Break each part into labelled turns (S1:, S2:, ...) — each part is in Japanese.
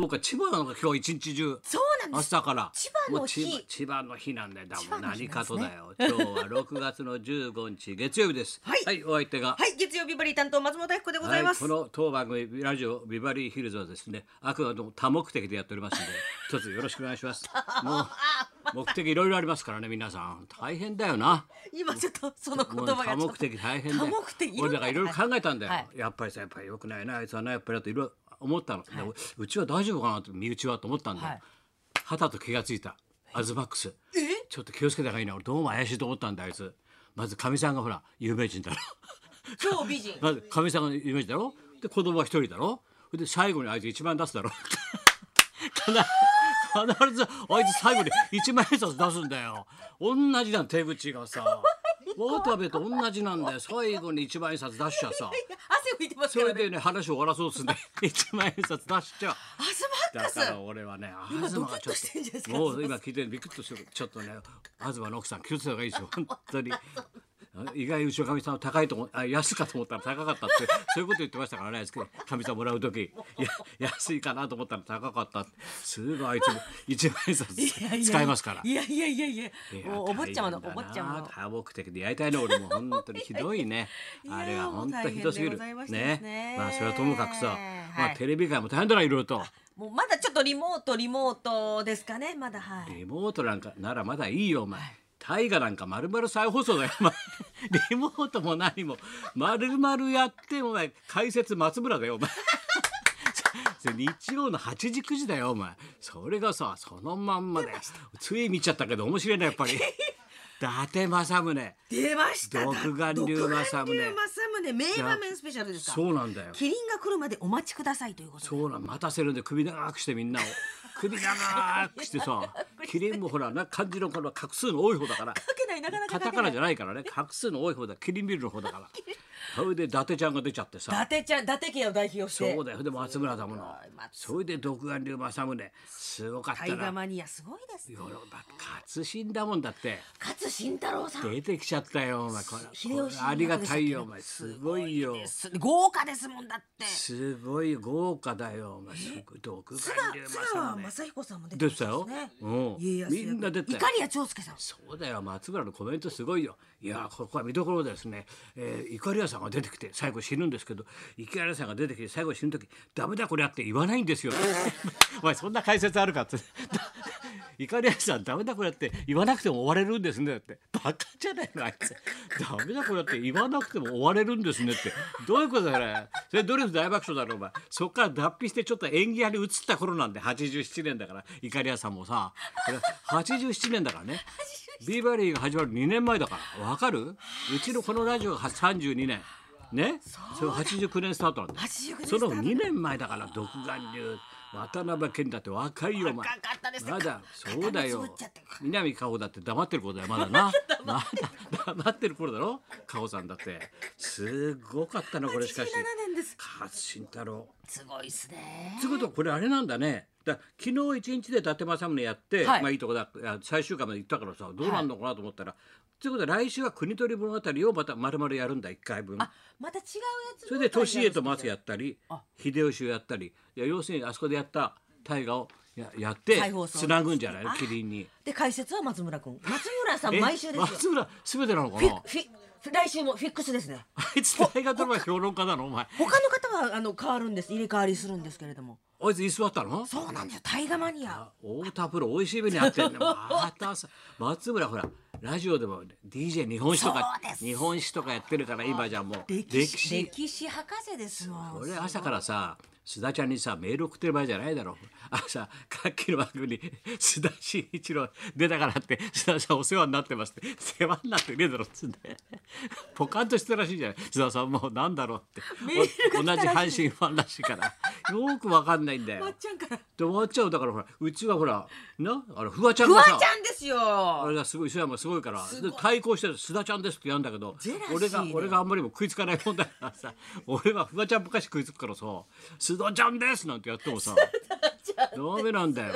S1: そうか千葉なのか今日一日中
S2: そうなんで
S1: 明
S2: す。
S1: 日から
S2: 千葉の日
S1: もう千葉千葉の日なんだよだ
S2: 千
S1: も
S2: 葉
S1: ん
S2: の
S1: 何
S2: 日なん
S1: か
S2: です
S1: と
S2: ね
S1: だよ今日は6月の15日月曜日です
S2: はい
S1: お相手が
S2: はい、月曜日バリー担当松本明子でございます。
S1: この当番組ラジオビバリーヒルズはですねあくまでも多目的でやっておりますので一つよろしくお願いし ますもう目的いろいろありますからね皆さん大変だよな
S2: 今ちょっとその
S1: も
S2: 言
S1: う多
S2: 葉がちょっ
S1: 目
S2: と
S1: 的大変だよ
S2: 多目的いろん
S1: 俺
S2: な
S1: だからいろいろ考えたんだよ、
S2: はい
S1: やっぱりさやっぱり良くないなあいつはなやっぱりだといろいろ思ったの、でもうちは大丈夫かなと身内はと思ったんだよ、
S2: はい
S1: 旗と気がついたアズマックス
S2: え
S1: ちょっと気をつけた方がいいな俺どうも怪しいと思ったんだよあいつまずかみさんがほら有名人だろ
S2: 超 美人。
S1: まずかみさんが有名人だろで子供は一人だろで最後にあいつ一万円出すだろ必ず必ずあいつ最後に一万円札出すんだよ同じなん手口がさ渡部と同じなんだよ最後に一万円札出しちゃさ
S2: いや汗拭いてます
S1: そ
S2: か
S1: れ
S2: らね。
S1: でね話を終わらそうとすんだよ一万円札出しちゃう
S2: アスマッ
S1: だ
S2: クス。
S1: から俺はね、
S2: 今
S1: 東がちょ
S2: ドキッと
S1: っ
S2: してんじゃないです
S1: と、
S2: か
S1: もう今聞いてるビクッとしてる、ちょっとね、東の奥さん気をつけた方がいいです よ、本当に。意外にうちのかみさんは高いと思あ安かと思ったら高かったってそういうこと言ってましたからねかみさんもらう時いや安いかなと思ったら高かったってすぐあいつも一万円札
S2: いやいや
S1: 使いますから
S2: いやいやいやいや。
S1: いや
S2: もうお坊ちゃまのお
S1: 大変だ
S2: 坊
S1: な
S2: ちゃまの。
S1: 多目的でやりたいの俺も本当にひどいね
S2: いや
S1: あれは本当ひどすぎる
S2: もう大変でございましたですね
S1: ねまあそれはともかくさ、ま
S2: は
S1: あ
S2: い
S1: テレビ界も大変だないろいろと。
S2: もうまだちょっとリモートリモートですかね。まだはい。
S1: リモートなんかならまだいいよお前。大河なんか丸々再放送だよ お前リモートも何も丸々やってお前解説松村だよお前 それ日曜の8時9時だよお前それがさそのまんまでつい見ちゃったけど面白いなやっ ぱり伊達政宗
S2: 出ました。
S1: 独眼竜
S2: 独眼
S1: 政
S2: 竜
S1: 宗
S2: 政宗名場面スペシャルですか。
S1: そうなんだよ
S2: キリンが来るまでお待ちくださいということで。
S1: そうなん待たせるんで首長くしてみんなを首長くして さキリンもほらな漢字のこの画数の多い方だから
S2: 書けないなかな
S1: カ
S2: か書
S1: タカ
S2: けな
S1: ナ
S2: い。
S1: じゃないからね画数の多い方だキリンビルの方だ からそれで伊達ちゃんが出ちゃって
S2: 伊
S1: さ
S2: 達ちゃん伊達家を代表して。
S1: そうだよで松村だもの
S2: 松
S1: それで独眼竜政宗すごかった
S2: タイガー
S1: な
S2: マニアすごいですね。
S1: ほら勝新だもんだって
S2: 勝新太郎さん。
S1: 出てきちゃったよお前これ
S2: 秀
S1: こ
S2: 吉
S1: れ
S2: の
S1: ありがたいよお
S2: 中
S1: 前
S2: です
S1: ごいよ
S2: す豪華ですもんだって。津
S1: すごい豪華だよお前すごい独眼竜
S2: 川津
S1: 政
S2: 川
S1: 宗
S2: 正彦さんも出
S1: 出
S2: てま
S1: て
S2: したた
S1: よ
S2: しね。
S1: うん
S2: 家康
S1: みんな出てたよ
S2: 役。いや長介さん。
S1: そうだよ松村のコメントすごいよいやここは見どころですね、えー、イカリアさんが出てきて最後死ぬんですけどイカリアさんが出てきて最後死ぬ時「ダメだこれや」って言わないんですよお前そんな解説あるかってイカリアさんダメだこれやって言わなくても終われるんですねってバカじゃないのあいつダメだこれやって言わなくても終われるんですねってどういうことだねそれドリフ大爆笑だろお前そっから脱皮してちょっと演技屋に移った頃なんで87年だからイカリアさんもさこれ87年だからねビバリーが始まる2年前だからわかるうちのこのラジオが32年ねそれ89年スタートなんだよ
S2: 89年
S1: その
S2: スタート
S1: 2年前だから独眼竜渡辺謙だって若いよお前
S2: 若かったですね
S1: まだそうだ
S2: 固めつ
S1: よ
S2: ぶっちゃって
S1: 南かほだって黙ってる頃だよまだなまだ 黙ってる頃だろかほさんだってすごかったなこれしかし
S2: 87年です。
S1: 勝新太郎
S2: すごいですね。
S1: つうことはこれあれなんだね。だ昨日一日で伊達政宗やって、
S2: はい
S1: まあいいとこだいや最終回まで行ったからさどうなんのかなと思ったら、ということは来週は国取り物語をまた丸々やるんだ一回分
S2: あ、また違うやつ。
S1: それで利家と松や
S2: や。
S1: ったり
S2: あ
S1: 秀吉をやったりいや要するにあそこでやった大河をややって
S2: 再放送
S1: つなぐんじゃない
S2: あ
S1: キリンに。
S2: で解説は松 村君。松村さん
S1: え
S2: 毎週ですよ。
S1: 松村すべてなのか
S2: フィ
S1: な
S2: フィフィ来週もフィックスですね。
S1: あいつ大河ドラマ評論家なのお前
S2: 他の方はあの変わるんです。入れ替わりするんですけれども。
S1: あいつ居座ったの
S2: そうなんですよ。タイガーマニア。
S1: 太田プロ美味しい目にあってんねまたさ松村ほらラジオでも DJ 日本史とか
S2: そうです
S1: 日本史とかやってるから今じゃもう
S2: 歴史歴史博士ですよ。
S1: 俺朝からさ須田ちゃんにさメール送ってる場合じゃないだろ朝さっきの番組に 「須田慎一郎出たからって須田さんお世話になってます」って「世話になってねえだろ」っつうんでポカンとしてたらしいじゃない須田さんもうなんだろうって
S2: メー
S1: お同じ阪神ファンらしい からよくわかんないんだよ
S2: まっ。ちゃんから。
S1: で終わっちゃうだからほらうちはほらなあれフワちゃん
S2: フ
S1: が
S2: ワ
S1: さ
S2: ちゃんです
S1: あれ
S2: よ。
S1: がすごい磯山すごいからで対抗してる須田ちゃんですってやんだけど
S2: ジェラシーね
S1: 俺が俺があんまりも食いつかないもんだからさ俺はフワちゃん昔食いつくからさ須須藤ちゃんです!」なんてやってもさダメなんだよ。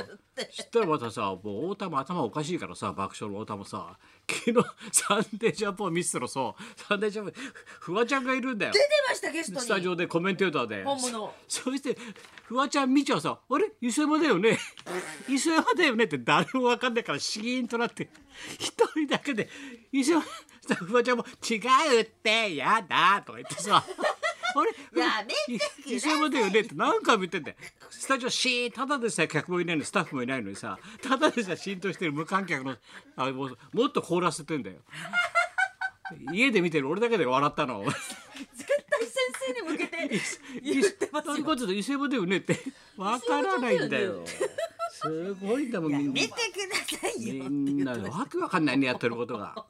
S1: 知ったらまたさもう太田も頭おかしいからさ爆笑の太田もさ昨日「サンデージャンプ」を見せたらさサンデージャンプフワちゃんがいるんだよ
S2: 出てましたゲスト
S1: ス
S2: に
S1: タジオでコメンテーターで
S2: 本物
S1: そそしてフワちゃん見ちゃうさ「あれ磯山だよ ね磯山だよね」って誰も分かんないからシーンとなって一人だけで磯山フワちゃんも「違うってやだ」とか言って さ「あれ
S2: やめてください
S1: 磯山だよね」って何回も言ってんだよスタジオシーンただでさえ客もいないのにスタッフもいないのにさただでさえ浸透してる無観客のあもうもっと凍らせて んだよ家で見てる俺だけで笑ったの。
S2: 絶対先生に向けて 言ってま
S1: と
S2: す
S1: いう
S2: よ
S1: ことで伊勢部だよね ってわからないんだよ。すごいんだもんみんな
S2: 見てくださいよ
S1: みんなわけわかんないねやってることが。も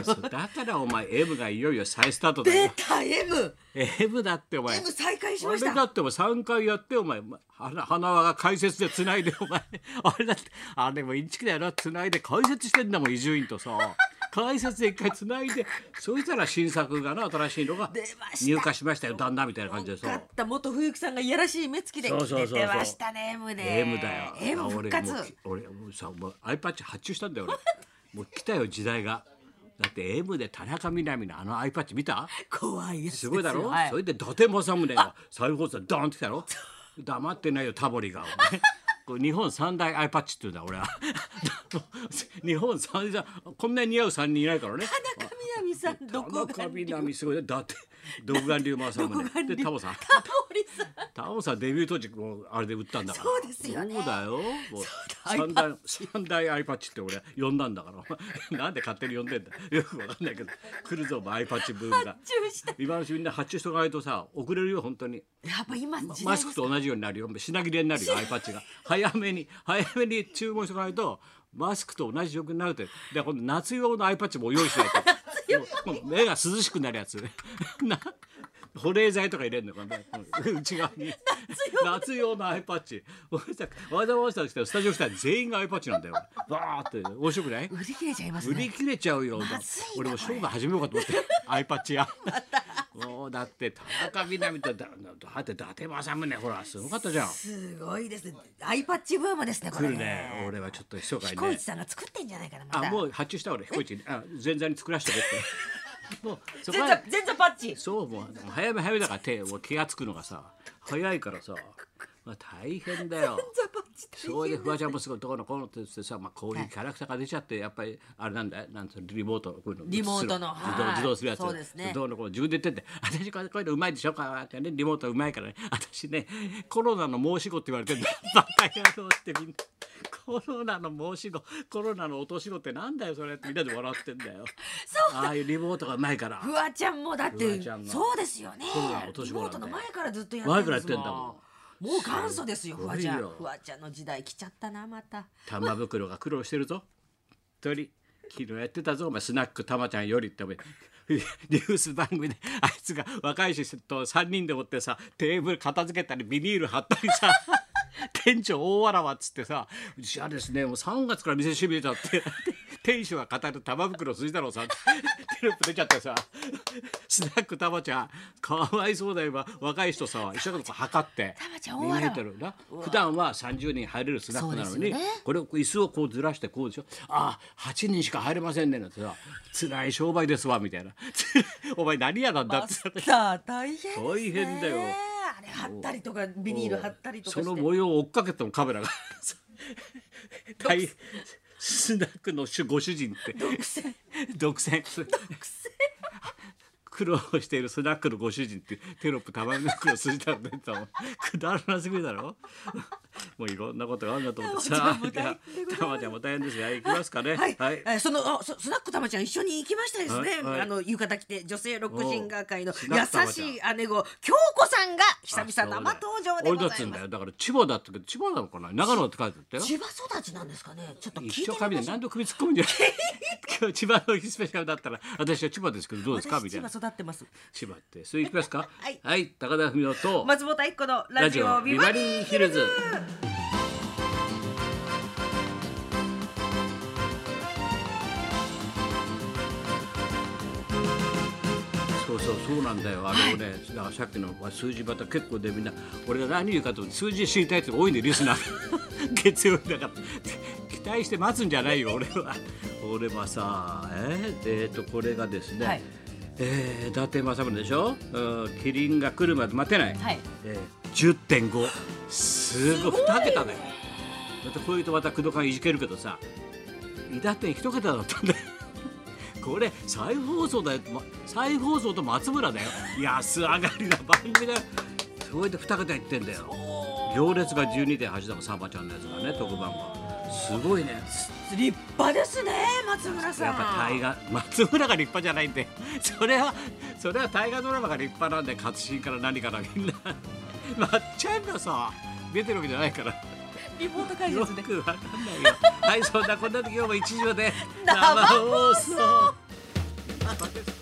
S1: うそうだからお前 M がいよいよ再スタートだ
S2: 出
S1: よ。
S2: た M
S1: M だってお前。
S2: M 再開し
S1: あ
S2: まし
S1: れだ
S2: た
S1: ってお前3回やってお前花花輪が解説でつないでお前あれだってあれもインチキだよなつないで解説してんだもん伊集院とさ解説で一回つないでそしたら新作がな新しいのが
S2: 出ました
S1: 入荷しましたよ旦那みたいな感じで
S2: よ
S1: さ。
S2: かった元冬木さんがいやらしい目つきで
S1: そうそうそう
S2: 出
S1: そう
S2: てましたね M で
S1: M だよ。
S2: M
S1: あ
S2: 復活
S1: 俺もう俺もうさ、もう iPad 発注したんだよ 俺。もう来たよ時代が。だって M で田中みな実のあの iPad 見た
S2: 怖いやつです
S1: す
S2: よ
S1: ごいだろ、
S2: はい
S1: それで伊達政宗が再放送ドーンってきたろ黙ってないよタボリ がお前これ日本三大 iPad って言うんだ俺は 日本三大こんなに似合う三人いないからね
S2: 田中みな実さんどこ
S1: 田中
S2: が
S1: みな実すごいねだって独眼竜政
S2: 独眼
S1: 宗
S2: 竜
S1: でタモさん
S2: タモリさん
S1: タオさんデビュー当時もうあれで売ったんだから
S2: そうですよね
S1: そうだよもう
S2: だ
S1: 三大三大アイパッチって俺呼んだんだから なんで勝手に呼んでんだよくわかんないけど来るぞお前アイパッチブームが
S2: 発注した
S1: 今のうちみんな発注しとかないとさ遅れるよ本当に
S2: やっぱ今時代
S1: マ
S2: です
S1: スクと同じようになるよ品切れになる よアイパッチが早めに早めに注文しとかないとマスクと同じ状況になるってで今度夏用のアイパッチも用意しないともう目が涼しくなるやつ な保冷剤とか入れるのかねうん内側に夏用のアイパッチ 俺たちわざわざ来たスタジオ来たら全員がアイパッチなんだよバーって面白くない
S2: 売り切れちゃいます
S1: 売
S2: ね
S1: り切れちゃうよ、
S2: ずいな
S1: 俺も商売始めようかと思って アイパッチやもうだって田中みな実とだだって伊達政宗ほらすごかったじゃん
S2: すごいですねアイパッチブームですねこ
S1: 来
S2: れ
S1: るね俺はちょっと密か
S2: 彦
S1: にね
S2: 一さんが作ってんじゃないかなま
S1: あ
S2: た
S1: もう発注した俺彦一にあ前座に作らせてくれってもうそこ
S2: 全
S1: は
S2: 然全然パッチ
S1: そうもう早め早めだから手もう気がつくのがさ早いからさ、まあ、大変だよ
S2: 全然パッチ大変
S1: それでフワちゃんもすごいどうのこうのって言ってさ、まあ、こういうキャラクターが出ちゃってやっぱりあれなんだよなんつうのリモートこういうの
S2: リモートの
S1: 自動
S2: はい
S1: 自動するやつ
S2: そうですね
S1: どうのこうの自分で言ってて「私こういうのうまいでしょか」ってねリモートうまいからね私ねコロナの申し子って言われてん だバカ野郎ってみんな。コロナの申し子コロナの落とし子ってなんだよそれってみんなで笑ってん だよああいうリモートがうまいから
S2: フワちゃんもだっ
S1: フワ
S2: て
S1: ちゃんの
S2: そうですよね
S1: コロナの年
S2: リ
S1: 頃
S2: モ
S1: なんで
S2: ートの前からずっとやってんです
S1: 前からやってんだもん
S2: もう元祖ですよ
S1: す
S2: フ
S1: ご
S2: ワ
S1: い
S2: ち
S1: よ
S2: ゃんフワちゃんの時代来ちゃったなま た
S1: 玉袋が苦労してるぞ。本当に昨日やってたぞお前スナック玉ちゃんよりってお前 ニュース番組であいつが若い人と3人でもってさテーブル片付けたりビニール貼ったりさ 店長大わらわっつってさ「うちはですねもう3月から店閉めちゃって 店主が語る玉袋筋太郎さん」テロップ出ちゃってさ「スナック玉ちゃんかわいそうだよ今若い人さ一生懸命こう測って
S2: 玉ちゃん大わらわ
S1: 2メートルな普段は30人入れるスナックなの
S2: そうで
S1: に、
S2: すよね
S1: これを椅子をこうずらしてこうでしょああ8人しか入れませんねなんてさ辛い商売ですわみたいな お前何屋なんだっ
S2: マ
S1: て
S2: スター大変ですね
S1: 大変だよ
S2: あれ貼ったりとかビニール貼ったりとか
S1: そ
S2: して
S1: の模様を追っかけてもカメ ラが大変スナックの主ご主人って
S2: 独占
S1: 独占苦労しているスナックのご主人ってテロップたまにの苦労するたんでたもんくだらなすぎるだろもういろんなことがあるんだと思ってさ
S2: たまちゃんも大
S1: たまちゃんも大
S2: 変でございます
S1: 変ですが行きますかね
S2: はい、えーそのあそスナックたまちゃん一緒に行きましたですね、
S1: はいはい
S2: あの浴衣着て女性ロックシンガー界の
S1: おうスナックたま
S2: 優
S1: ちゃん
S2: しい姉御京子さんが久々生登場でござい
S1: あそうだよ俺
S2: ます
S1: だってんだよだから千葉だったけど千葉なのかな長野って書いてあったよ
S2: 千葉育ちなんですかねちょっと聞い
S1: 一生
S2: てみま
S1: 紙で
S2: しょう
S1: 何度首突っ込むんじゃない 今日千葉の日スペシャルだったら私は千葉ですけどどうですかみ
S2: 私
S1: たい
S2: 千葉
S1: な
S2: 育ってます
S1: 千葉ってそれ行きますか
S2: はい
S1: 高田文夫と
S2: 松本一子のラジオビバリー
S1: ーヒルズそうそうそうなんだよあのね、だからさっきの数字また結構でみんな俺が何言うかと思って数字知りたいって多いんでリスナ ー月曜日だから期待して待つんじゃないよ俺は俺はさえー、でえーとこれがですね、
S2: はい
S1: えー伊達政宗でしょ、うん、キリンが来るまで待てない、
S2: はい
S1: えー、10.5すごい2桁だよまたこういうとまた工藤勘いじけるけどさ伊達店一桁だったんだよ これ再放送だよ、ま、再放送と松村だよ安上がりな番組だよそれで二桁いってんだよ行列が12.8だもんサバちゃんのやつがね特番がすごいね
S2: 立派ですね松村さん
S1: やっぱ大河松村が立派じゃないんで それはそれは大河ドラマが立派なんで勝新から何からみんな まっちゃんがさ出てるわけじゃないから
S2: リモート解
S1: よ
S2: 説で
S1: くわかんないよはいそんなこんな時今日も一時まで
S2: 生放
S1: 生放送